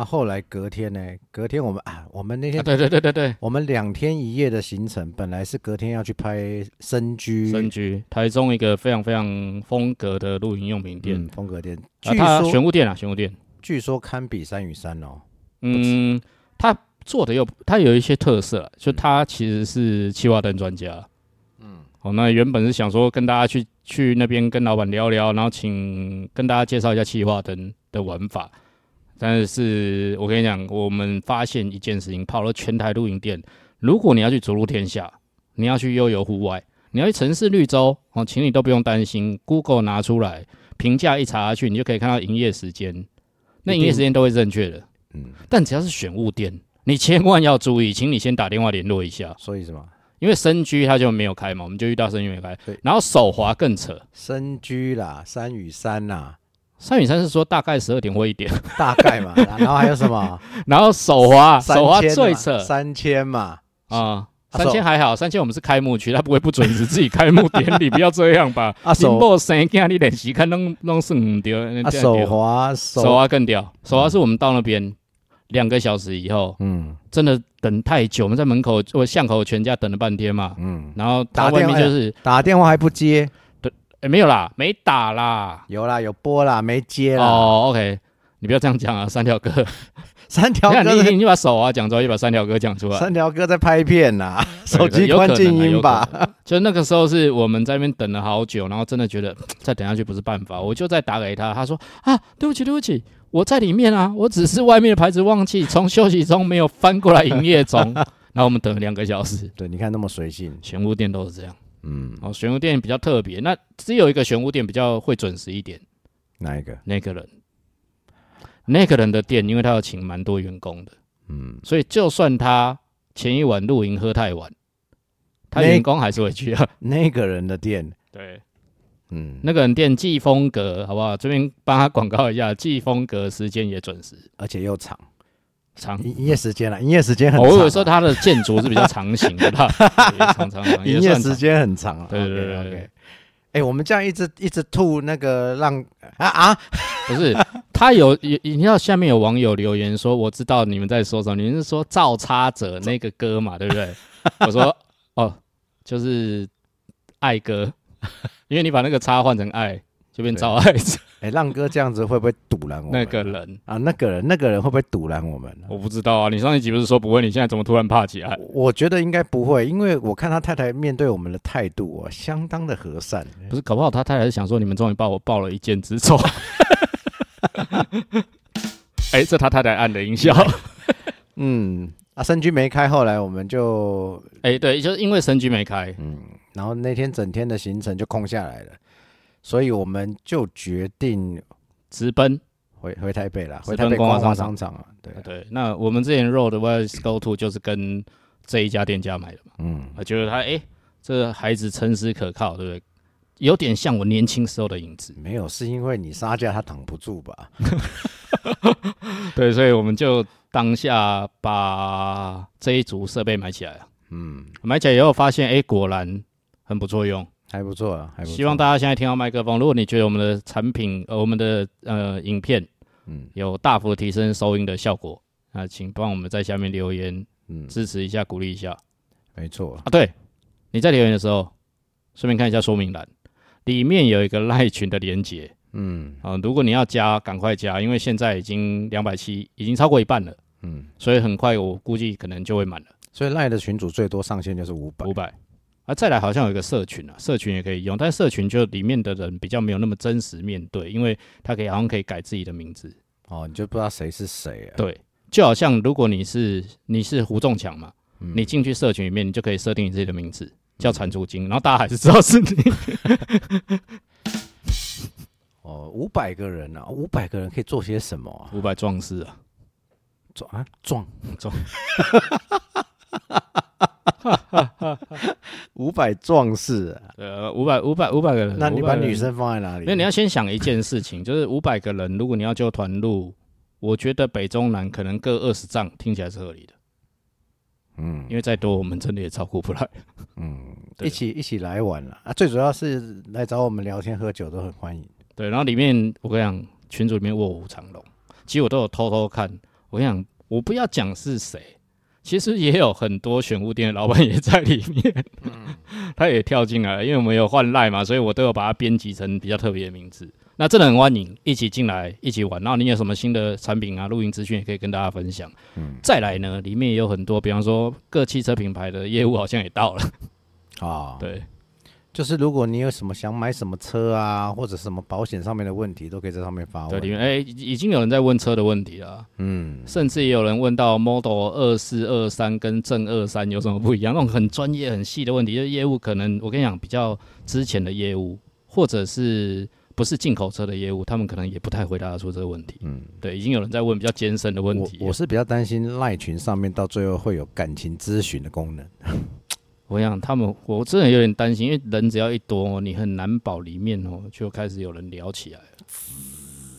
[SPEAKER 2] 啊，后来隔天呢？隔天我们啊，我们那天、
[SPEAKER 1] 对对对对对，
[SPEAKER 2] 我们两天一夜的行程，本来是隔天要去拍深居
[SPEAKER 1] 深居台中一个非常非常风格的露营用品店，
[SPEAKER 2] 嗯风格店，
[SPEAKER 1] 啊，
[SPEAKER 2] 据
[SPEAKER 1] 它
[SPEAKER 2] 说
[SPEAKER 1] 玄武店啊，玄武店，
[SPEAKER 2] 据说堪比三与三哦。
[SPEAKER 1] 嗯，它做的又它有一些特色啊，就它其实是气化灯专家。哦，那原本是想说跟大家去去那边跟老板聊聊，然后请跟大家介绍一下气化灯的玩法。但是我跟你讲，我们发现一件事情，跑了全台露营店，如果你要去逐鹿天下，你要去悠游户外，你要去城市绿洲哦，请你都不用担心，Google 拿出来评价一查下去，你就可以看到营业时间，那营业时间都会是正确的。
[SPEAKER 2] 嗯，
[SPEAKER 1] 但只要是选物店，你千万要注意，请你先打电话联络一下。
[SPEAKER 2] 所以什么
[SPEAKER 1] 因为深居它就没有开嘛，我们就遇到深居没开
[SPEAKER 2] 对。
[SPEAKER 1] 然后手滑更扯，
[SPEAKER 2] 深居啦，三与三啦，
[SPEAKER 1] 三米三是说大概十二点或一点， [LAUGHS]
[SPEAKER 2] 大概嘛。然后还有什么？
[SPEAKER 1] 然后手滑，
[SPEAKER 2] 三
[SPEAKER 1] 啊手滑
[SPEAKER 2] 千
[SPEAKER 1] 最
[SPEAKER 2] 嘛
[SPEAKER 1] 扯
[SPEAKER 2] 三千嘛。
[SPEAKER 1] 啊。
[SPEAKER 2] 啊
[SPEAKER 1] 三
[SPEAKER 2] 手
[SPEAKER 1] 千还好，三千我们是开幕区，他不会不准是自己开幕典礼，不要这样吧。
[SPEAKER 2] 啊手
[SPEAKER 1] 林某生囝你练习看拢拢算唔对，
[SPEAKER 2] 啊，
[SPEAKER 1] 这样
[SPEAKER 2] 手
[SPEAKER 1] 对
[SPEAKER 2] 滑
[SPEAKER 1] 手啊更屌，手啊是我们到那边两个小时以后，
[SPEAKER 2] 嗯
[SPEAKER 1] 真的等太久，我们在门口我巷口全家等了半天嘛，
[SPEAKER 2] 嗯，
[SPEAKER 1] 然后他
[SPEAKER 2] 打
[SPEAKER 1] 外
[SPEAKER 2] 电
[SPEAKER 1] 面
[SPEAKER 2] 话
[SPEAKER 1] 就是
[SPEAKER 2] 打电话还不接，
[SPEAKER 1] 诶没有啦，没打啦。
[SPEAKER 2] 有啦有拨啦没接啦。
[SPEAKER 1] 哦，OK，你不要这样讲啊，三条哥，
[SPEAKER 2] 三条
[SPEAKER 1] 你看
[SPEAKER 2] 哥
[SPEAKER 1] 你
[SPEAKER 2] 在
[SPEAKER 1] 你你把手啊讲出来，又把三条哥讲出来，
[SPEAKER 2] 三条哥在拍片呐，
[SPEAKER 1] 对
[SPEAKER 2] [LAUGHS] 手机关静音。
[SPEAKER 1] 有
[SPEAKER 2] 吧
[SPEAKER 1] 可。能啊有可能就那个时候是我们在那边等了好久，然后真的觉得再等下去不是办法，我就再打给他，他说啊，对不起，对不起，我在里面啊，我只是外面的牌子忘
[SPEAKER 2] [LAUGHS]
[SPEAKER 1] 记从休息中没有翻过来营业中，然后我们等了两个小时。
[SPEAKER 2] 对，你看那么随性，
[SPEAKER 1] 玄武店都是这样，
[SPEAKER 2] 嗯，
[SPEAKER 1] 哦，玄武店比较特别，那只有一个玄武店比较会准时一点，
[SPEAKER 2] 哪
[SPEAKER 1] [LAUGHS]
[SPEAKER 2] 一个？
[SPEAKER 1] 那个人，那个人的店，因为他要请蛮多员工的，
[SPEAKER 2] 嗯，
[SPEAKER 1] 所以就算他前一晚露营喝太晚，他
[SPEAKER 2] 那
[SPEAKER 1] 员工还是会去啊。
[SPEAKER 2] 那个人的店，
[SPEAKER 1] 对，
[SPEAKER 2] 嗯，
[SPEAKER 1] 那个人店季风格好不好？这边帮他广告一下，季风格时间也准时，
[SPEAKER 2] 而且又长，
[SPEAKER 1] 长。
[SPEAKER 2] 营营业时间了，营业时间很
[SPEAKER 1] 哦
[SPEAKER 2] 长啊。 [LAUGHS]
[SPEAKER 1] 我有时候他的建筑是比较长型的啦，对长长长，也算
[SPEAKER 2] 营业
[SPEAKER 1] 长
[SPEAKER 2] 时间很长啊。
[SPEAKER 1] 对对对
[SPEAKER 2] OK，OK
[SPEAKER 1] 对对
[SPEAKER 2] 哎，我们这样一直一直吐那个让啊啊，
[SPEAKER 1] [LAUGHS] 不是，他有也你知道下面有网友留言说，我知道你们在说什么，你们是说造叉者那个歌嘛，对不对？我说哦，就是爱歌，因为你把那个叉换成爱，就变造爱者
[SPEAKER 2] 哎，浪哥这样子会不会堵拦我们？
[SPEAKER 1] 那个人。
[SPEAKER 2] 啊，那个人，那个人会不会堵拦我们？
[SPEAKER 1] 我不知道啊，你上一集不是说不会，你现在怎么突然怕起来？
[SPEAKER 2] 我觉得应该不会，因为我看他太太面对我们的态度啊，相当的和善。
[SPEAKER 1] 不是，搞不好他太太是想说你们终于把我爆了一箭之仇。 [LAUGHS] 哎、这他太太按的音效。
[SPEAKER 2] 嗯，啊，深居没开，后来我们就
[SPEAKER 1] [LAUGHS] 哎、对，就是因为神居没开，
[SPEAKER 2] 然后那天整天的行程就空下来了，所以我们就决定
[SPEAKER 1] 直奔
[SPEAKER 2] 回回台北了，
[SPEAKER 1] 直
[SPEAKER 2] 回
[SPEAKER 1] 奔
[SPEAKER 2] 台北
[SPEAKER 1] 光华
[SPEAKER 2] 光华
[SPEAKER 1] 商
[SPEAKER 2] 商场啊。对，
[SPEAKER 1] 对，那我们之前 Road West Go To 就是跟这一家店家买的嘛，
[SPEAKER 2] 嗯，
[SPEAKER 1] 我觉得他哎、诶这孩子诚实可靠，对不对？有点像我年轻时候的影子，
[SPEAKER 2] 没有，是因为你杀价他挡不住吧？嗯
[SPEAKER 1] 对，所以我们就当下把这一组设备买起来了。啊
[SPEAKER 2] 嗯，
[SPEAKER 1] 买起来以后发现，哎、果然很不错用。
[SPEAKER 2] 还不错啊，还不错。
[SPEAKER 1] 希望大家现在听到麦克风，如果你觉得我们的产品，呃，我们的呃影片
[SPEAKER 2] 嗯
[SPEAKER 1] 有大幅提升收音的效果，啊，请帮我们在下面留言
[SPEAKER 2] 嗯，
[SPEAKER 1] 支持一下，鼓励一下。
[SPEAKER 2] 没错，
[SPEAKER 1] 啊，对，你在留言的时候，顺便看一下说明栏，里面有一个赖群的连接
[SPEAKER 2] 嗯
[SPEAKER 1] 啊，如果你要加，赶快加，因为现在已经两百七，已经超过一半了，
[SPEAKER 2] 嗯，
[SPEAKER 1] 所以很快我估计可能就会满了
[SPEAKER 2] 所以赖的群主最多上限就是五百
[SPEAKER 1] 五。百。啊，再来好像有一个社群啊，社群也可以用，但社群就里面的人比较没有那么真实面对，因为他可以好像可以改自己的名字，
[SPEAKER 2] 哦，你就不知道谁是谁啊？
[SPEAKER 1] 对，就好像如果你是你是胡仲强嘛，
[SPEAKER 2] 嗯
[SPEAKER 1] 你进去社群里面，你就可以设定你自己的名字叫蟾蜍精，然后大家还是知道是你。
[SPEAKER 2] 哦，五百个人啊，五百个人可以做些什么啊？
[SPEAKER 1] 五百壮士啊，
[SPEAKER 2] 撞啊撞
[SPEAKER 1] 撞，
[SPEAKER 2] [LAUGHS] 五百壮士啊、
[SPEAKER 1] 呃，五百五百五百个人，
[SPEAKER 2] 那你
[SPEAKER 1] 500
[SPEAKER 2] 把
[SPEAKER 1] 个人
[SPEAKER 2] 女，生放在哪里？
[SPEAKER 1] 没有，你要先想一件事情，就是五百个人，如果你要揪团路，我觉得北中南可能各二十丈，听起来是合理的，
[SPEAKER 2] 嗯
[SPEAKER 1] 因为再多我们真的也照顾不来。
[SPEAKER 2] 嗯，
[SPEAKER 1] 对
[SPEAKER 2] 一起一起来玩了啊！最主要是来找我们聊天喝酒都很欢迎。
[SPEAKER 1] 对，然后里面我跟你讲，群组里面卧虎藏龙，其实我都有偷偷看。我跟你讲，我不要讲是谁，其实也有很多选物店的老板也在里面， [LAUGHS] 他也跳进来了，因为我们有换赖嘛，所以我都有把它编辑成比较特别的名字。那真的很欢迎一起进来一起玩，然后你有什么新的产品啊、露营资讯也可以跟大家分享。嗯，再来呢，里面也有很多，比方说各汽车品牌的业务好像也到了，
[SPEAKER 2] 啊，，
[SPEAKER 1] 对，
[SPEAKER 2] 就是如果你有什么想买什么车啊，或者什么保险上面的问题，都可以在上面发
[SPEAKER 1] 对，里
[SPEAKER 2] 问。
[SPEAKER 1] 面哎、已已经有人在问车的问题了啊。
[SPEAKER 2] 嗯，
[SPEAKER 1] 甚至也有人问到 Model 二四二三跟正二三有什么不一样，那种很专业、很细的问题，就是业务可能我跟你讲，比较之前的业务，或者是不是进口车的业务，他们可能也不太回答得出这个问题。嗯，对，已经有人在问比较艰深的问
[SPEAKER 2] 我
[SPEAKER 1] 题了。
[SPEAKER 2] 我是比较担心赖群上面到最后会有感情咨询的功
[SPEAKER 1] 啊
[SPEAKER 2] 能。
[SPEAKER 1] 我想他们，我真的有点担哦心，因为人只要一多，你很难保里面哦，就开始有人聊起来了。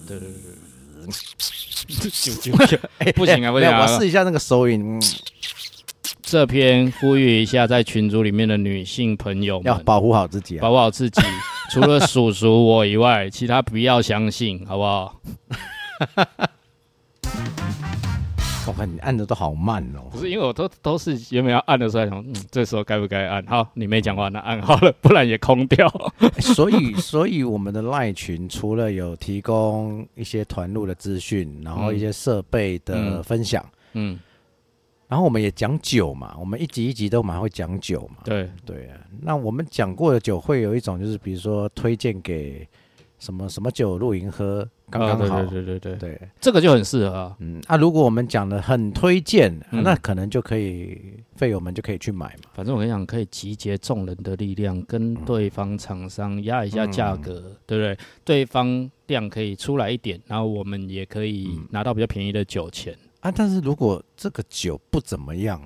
[SPEAKER 1] 对对
[SPEAKER 2] [LAUGHS]
[SPEAKER 1] 对，九九九，哎，不行啊，不
[SPEAKER 2] 没
[SPEAKER 1] 行
[SPEAKER 2] 有，我
[SPEAKER 1] 啊！
[SPEAKER 2] 要试一下那个收音，嗯
[SPEAKER 1] 这篇呼吁一下在群组里面的女性朋友
[SPEAKER 2] 要
[SPEAKER 1] 们，
[SPEAKER 2] 保护好自己啊
[SPEAKER 1] 保。护好 [LAUGHS] 自己。除了叔叔我以外，其他不要相信，好不好？
[SPEAKER 2] 我看你按的都好慢哦 [LAUGHS]
[SPEAKER 1] 不。是因为我都都是原本要按的时候还想，嗯，这时候该不该按？好，你没讲话，那按好了，不然也空掉。
[SPEAKER 2] 所以，所以我们的赖群除了有提供一些团路的资讯，然后一些设备的
[SPEAKER 1] 嗯
[SPEAKER 2] 分享，
[SPEAKER 1] [LAUGHS] 嗯，
[SPEAKER 2] 然后我们也讲酒嘛，我们一集一集都蛮会讲酒嘛。
[SPEAKER 1] 对，
[SPEAKER 2] 对啊，那我们讲过的酒会有一种就是，比如说推荐给什么什么酒露营喝，刚
[SPEAKER 1] 啊
[SPEAKER 2] 刚好。
[SPEAKER 1] 对对对对对，
[SPEAKER 2] 对
[SPEAKER 1] 这个就很适合啊。
[SPEAKER 2] 嗯，那、如果我们讲的很推荐，啊
[SPEAKER 1] 嗯
[SPEAKER 2] 那可能就可以费友们就可以去买嘛。
[SPEAKER 1] 反正我跟你讲，可以集结众人的力量，跟对方厂商压一下价格，对不对？对方量可以出来一点，然后我们也可以拿到比较便宜的酒钱。
[SPEAKER 2] 啊，但是如果这个酒不怎么样，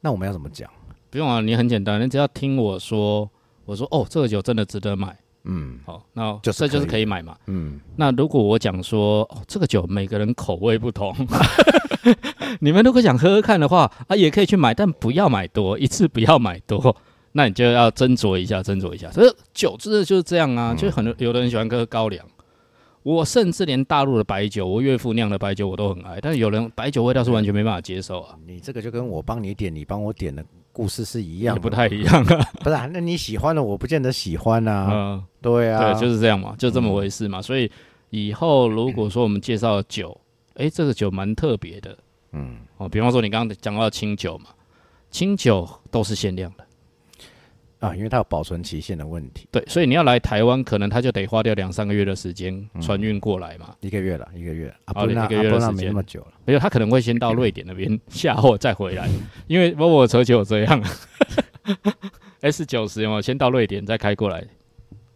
[SPEAKER 2] 那我们要怎么讲？
[SPEAKER 1] 不用啊，你很简单，你只要听我说，我说哦，这个酒真的值得买，
[SPEAKER 2] 嗯
[SPEAKER 1] 好，那
[SPEAKER 2] 就是
[SPEAKER 1] 这就是
[SPEAKER 2] 可以
[SPEAKER 1] 可以买嘛。
[SPEAKER 2] 嗯，
[SPEAKER 1] 那如果我讲说，哦，这个酒每个人口味不同， [LAUGHS] 你们如果想喝喝看的话，啊，也可以去买，但不要买多，一次不要买多。那你就要斟酌一下，斟酌一下。所以酒真的就是这样
[SPEAKER 2] 嗯
[SPEAKER 1] 啊，就很多有的人喜欢喝高粱，我甚至连大陆的白酒，我岳父酿的白酒我都很爱，但是有人白酒味道是完全没办法接受啊，
[SPEAKER 2] 你这个就跟我帮你点，你帮我点的故事是一
[SPEAKER 1] 也
[SPEAKER 2] 样的，
[SPEAKER 1] 不太一样啊。
[SPEAKER 2] 不是、啊？那你喜欢的我不见得喜欢啊，
[SPEAKER 1] 嗯，
[SPEAKER 2] 对啊，嗯
[SPEAKER 1] 对，就是这样嘛，就这么回事嘛。所以以后如果说我们介绍的酒，诶，这个酒蛮特别的，嗯，哦，比方说你刚刚讲到清酒嘛，清酒都是限量的，
[SPEAKER 2] 啊，因为它有保存期限的问题，
[SPEAKER 1] 对，所以你要来台湾，可能它就得花掉两三个月的时间船运过来嘛。
[SPEAKER 2] 一个月了，一个月了，啊，
[SPEAKER 1] 好
[SPEAKER 2] 不那
[SPEAKER 1] 一个月的
[SPEAKER 2] 啊不那
[SPEAKER 1] 时
[SPEAKER 2] 没
[SPEAKER 1] 间
[SPEAKER 2] 那么久了，
[SPEAKER 1] 没有，他可能会先到瑞典那边下货再回来，
[SPEAKER 2] 嗯
[SPEAKER 1] 因为包括我车就有这样。S 九十有没有先到瑞典再开过来？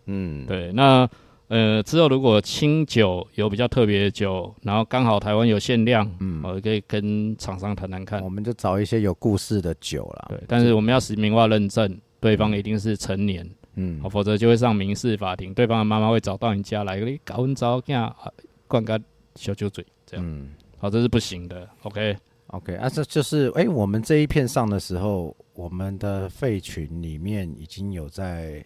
[SPEAKER 2] 嗯，
[SPEAKER 1] 对，那呃之后如果清酒有比较特别的酒，然后刚好台湾有限量，嗯，我、可以跟厂商谈谈看。
[SPEAKER 2] 嗯我们就找一些有故事的酒啦，
[SPEAKER 1] 对，但是我们要实名化认证，对方一定是成年，哦
[SPEAKER 2] 嗯
[SPEAKER 1] 好，，否则就会上民事法庭，对方的妈妈会找到你家来，你搞混糟，给他啊灌个小酒嘴，这样，
[SPEAKER 2] 嗯
[SPEAKER 1] 好，这是不行的。OK，
[SPEAKER 2] OK，啊，这就是哎、我们这一片上的时候，我们的废群里面已经有在，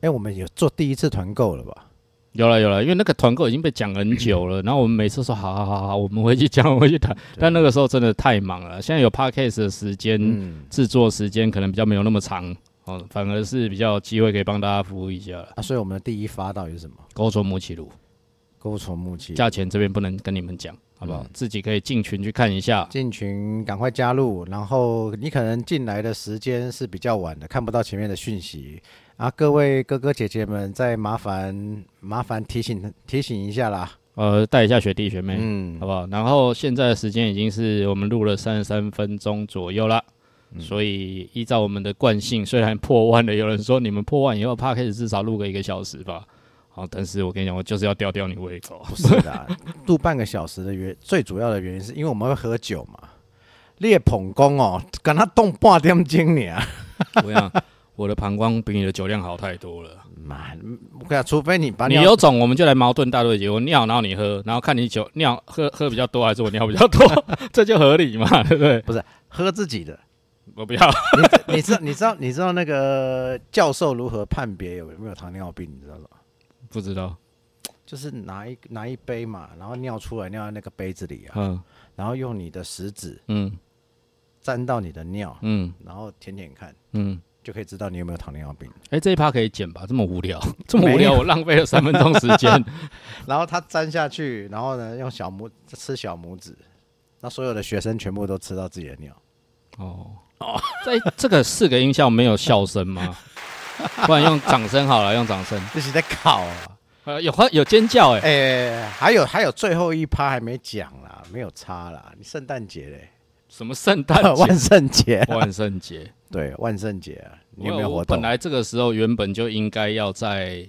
[SPEAKER 2] 哎、我们有做第一次团购了吧？
[SPEAKER 1] 有了有了，因为那个团购已经被讲很久了，然后我们每次说好好好好，我们回去讲，我们回去
[SPEAKER 2] [LAUGHS]
[SPEAKER 1] 谈，但那个时候真的太忙了，现在有 podcast 的时间。
[SPEAKER 2] 嗯，
[SPEAKER 1] 制作时间可能比较没有那么长哦，反而是比较有机会可以帮大家服务一下了。
[SPEAKER 2] 啊，所以我们的第一发到底是什么？
[SPEAKER 1] 勾唇母起炉，
[SPEAKER 2] 钩虫木器，
[SPEAKER 1] 价钱这边不能跟你们讲，好不好？自己可以进群去看一下。
[SPEAKER 2] 进群赶快加入，然后你可能进来的时间是比较晚的，看不到前面的讯息啊。各位哥哥姐姐们，再麻烦麻烦提醒提醒一下啦。
[SPEAKER 1] 呃，带一下学弟学妹，
[SPEAKER 2] 嗯
[SPEAKER 1] 好，不好？然后现在的时间已经是我们录了三十三分钟左右啦。所以依照我们的惯性，虽然破万了，有人说你们破万以后 p a 开始至少录个一个小时吧。好，但是我跟你讲，我就是要吊吊你胃口。
[SPEAKER 2] 不是 [LAUGHS] 啦，录半个小时的原最主要的原因是因为我们会喝酒嘛。列捧工哦，跟他动半点钟啊呢。
[SPEAKER 1] 我跟你讲， [LAUGHS] 我的膀胱比你的酒量好太多了。
[SPEAKER 2] 妈，我跟你讲，除非你把
[SPEAKER 1] 你
[SPEAKER 2] 尿
[SPEAKER 1] 有种，我们就来矛盾大对决。我尿，然后你喝，然后看你酒尿喝喝比较多，还是我尿比较多， [LAUGHS] 这就合理嘛，对不对？
[SPEAKER 2] 喝自己的，
[SPEAKER 1] 我不要，
[SPEAKER 2] 你知你知道你知道那个教授如何判别有没有糖尿病？你知道吗？
[SPEAKER 1] 不知道。
[SPEAKER 2] 就是拿一拿一杯嘛，然后尿出来尿在那个杯子里啊，
[SPEAKER 1] 嗯
[SPEAKER 2] 然后用你的食指
[SPEAKER 1] 嗯
[SPEAKER 2] 沾到你的尿，
[SPEAKER 1] 嗯
[SPEAKER 2] 然后舔舔看，
[SPEAKER 1] 嗯。
[SPEAKER 2] 就可以知道你有没有糖尿病。
[SPEAKER 1] 哎、这一趴可以剪吧？这么无聊，这么无
[SPEAKER 2] 没有
[SPEAKER 1] 聊，我浪费了三分钟时间。
[SPEAKER 2] 然后它沾下去，然后呢用小拇吃小拇指，那所有的学生全部都吃到自己的尿。 [LAUGHS]
[SPEAKER 1] 哦哦，在这个四个音效没有笑声吗？不然用掌声好了，用掌声。
[SPEAKER 2] 这是在考啊！
[SPEAKER 1] 呃，有欢有尖叫哎、
[SPEAKER 2] [LAUGHS] 哎、还有还有最后一趴还没讲啦，没有差啦。你圣诞节嘞，
[SPEAKER 1] 什么圣诞节？
[SPEAKER 2] [LAUGHS] 万圣节，
[SPEAKER 1] 万圣节。
[SPEAKER 2] 对，万圣节啊，你有
[SPEAKER 1] 我
[SPEAKER 2] 没有
[SPEAKER 1] 我
[SPEAKER 2] 活
[SPEAKER 1] 本
[SPEAKER 2] 动？
[SPEAKER 1] 来这个时候原本就应该要在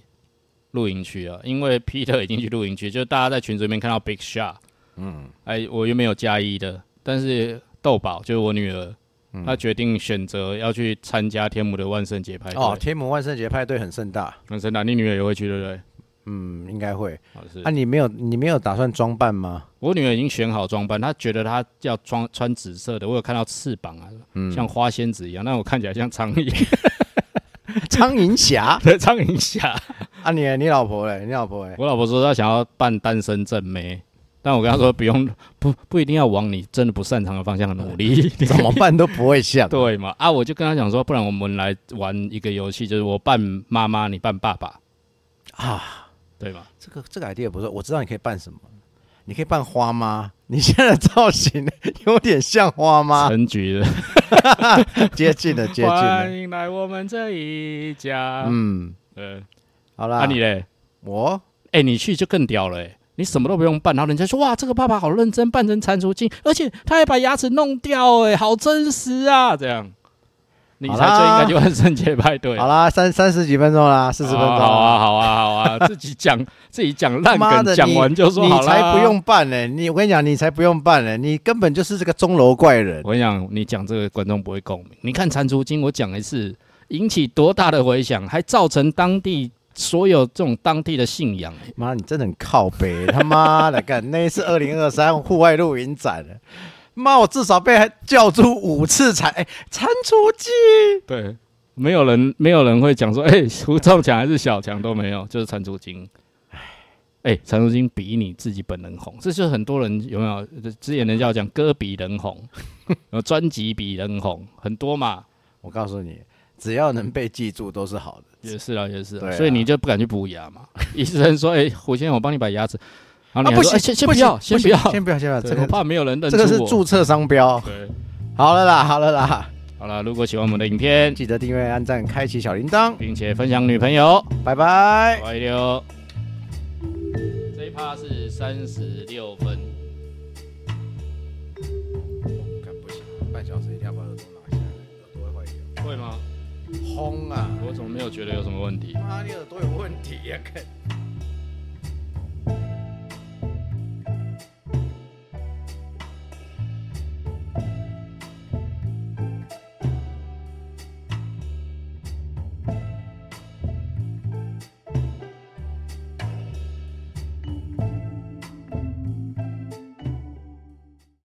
[SPEAKER 1] 露营区啊，因为 Peter 已经去露营区，就大家在群组里面看到 Big Shot，嗯，哎，我原本有加一的，但是豆宝就是我女儿，她决定选择要去参加天母的万圣节派对。
[SPEAKER 2] 哦哦，天母万圣节派对很盛大，
[SPEAKER 1] 很盛大，你女儿也会去对不对？
[SPEAKER 2] 嗯，应该会。
[SPEAKER 1] 好是
[SPEAKER 2] 啊，你没有你没有打算装扮吗？
[SPEAKER 1] 我女儿已经选好装扮，她觉得她要装穿紫色的。我有看到翅膀啊，像花仙子一样，那我看起来像苍蝇， [LAUGHS]
[SPEAKER 2] 苍蝇侠
[SPEAKER 1] 苍蝇侠。
[SPEAKER 2] 啊你，你老婆嘞？你老
[SPEAKER 1] [LAUGHS]
[SPEAKER 2] 婆嘞？
[SPEAKER 1] 我老婆说她想要扮单身正妹，但我跟她
[SPEAKER 2] 嗯
[SPEAKER 1] 说不用，不不一定要往你真的不擅长的方向努
[SPEAKER 2] [LAUGHS]
[SPEAKER 1] 力。
[SPEAKER 2] 怎么办都不
[SPEAKER 1] [LAUGHS]
[SPEAKER 2] 会像。 [LAUGHS]
[SPEAKER 1] 对嘛？啊，我就跟她讲说，不然我们来玩一个游戏，就是我扮妈妈，你扮爸爸啊，对吧？
[SPEAKER 2] 这个这个 idea 不错，我知道你可以扮什么，你可以扮花妈。你现在的造型 [LAUGHS] 有点像花妈，
[SPEAKER 1] 陈菊的，
[SPEAKER 2] 接近了，啊接近
[SPEAKER 1] 欢
[SPEAKER 2] 了。
[SPEAKER 1] 迎来我们这一家。嗯，
[SPEAKER 2] 嗯，
[SPEAKER 1] 对。
[SPEAKER 2] 好啦，
[SPEAKER 1] 啊，你嘞？
[SPEAKER 2] 我
[SPEAKER 1] 哎、你去就更屌了、欸，你什么都不用办，然后人家说哇，这个爸爸好认真，扮成蟾蜍精，而且他还把牙齿弄掉、欸，哎，好真实啊，这样，你才
[SPEAKER 2] 好
[SPEAKER 1] 最应
[SPEAKER 2] 啦
[SPEAKER 1] 该去万圣节派对。
[SPEAKER 2] 好啦，三三十几分钟啦，四十分钟
[SPEAKER 1] 好
[SPEAKER 2] 啦。
[SPEAKER 1] 啊，好啊，好啊，自己讲自己讲烂
[SPEAKER 2] 妈
[SPEAKER 1] 梗，
[SPEAKER 2] 的，
[SPEAKER 1] 讲
[SPEAKER 2] 你
[SPEAKER 1] 完就说好
[SPEAKER 2] 你
[SPEAKER 1] 了。
[SPEAKER 2] 才不。用办呢、你我跟你讲，你才不用办呢、你根本就是这个钟楼怪人。
[SPEAKER 1] 我跟你讲，你讲这个观众不会共鸣。你看蟾蜍精，我讲一次，引起多大的回响，还造成当地所有这种当地的信仰、欸
[SPEAKER 2] 妈，你真的很靠北，他妈的干！那一次二零二三户外露营展，妈，我至少被叫出五次才哎，蟾蜍精。
[SPEAKER 1] 对，没有人没有人会讲说，哎、胡兆强还是小强都没有，就是蟾蜍精。哎，蟾蜍精比你自己本人红，这就是很多人有没有？之前人家有讲歌比人红，然后专辑比人红，很多嘛，
[SPEAKER 2] 我告诉你，只要能被记住都是好的。
[SPEAKER 1] 也是啊，也是啊，
[SPEAKER 2] 对啊
[SPEAKER 1] 所以你就不敢去补牙
[SPEAKER 2] [LAUGHS]
[SPEAKER 1] 嘛。医生说，哎，胡先生，我帮你把牙齿，然后你还
[SPEAKER 2] 啊不
[SPEAKER 1] 说，
[SPEAKER 2] 行，
[SPEAKER 1] 哎先先
[SPEAKER 2] 不
[SPEAKER 1] 不
[SPEAKER 2] 行
[SPEAKER 1] 要，先
[SPEAKER 2] 不
[SPEAKER 1] 不要
[SPEAKER 2] 行，先不要，先不要，
[SPEAKER 1] 对
[SPEAKER 2] 这
[SPEAKER 1] 我
[SPEAKER 2] 个
[SPEAKER 1] 怕没有人认出
[SPEAKER 2] 这
[SPEAKER 1] 我。
[SPEAKER 2] 个是注册商标。
[SPEAKER 1] 对，
[SPEAKER 2] 好了啦，好了啦，
[SPEAKER 1] 好了，如果喜欢我们的影片，
[SPEAKER 2] 记得订阅、按赞、开启小铃铛，
[SPEAKER 1] 并且分享女朋友。
[SPEAKER 2] 拜拜。
[SPEAKER 1] 歪溜。这一趴是三十六分，
[SPEAKER 2] 干不行，半小时一定要把耳朵拿下来，耳朵会坏掉。
[SPEAKER 1] 会吗？
[SPEAKER 2] 轰啊！
[SPEAKER 1] 我怎么没有觉得有什么问题？
[SPEAKER 2] 妈，你耳朵有问题呀、啊！看。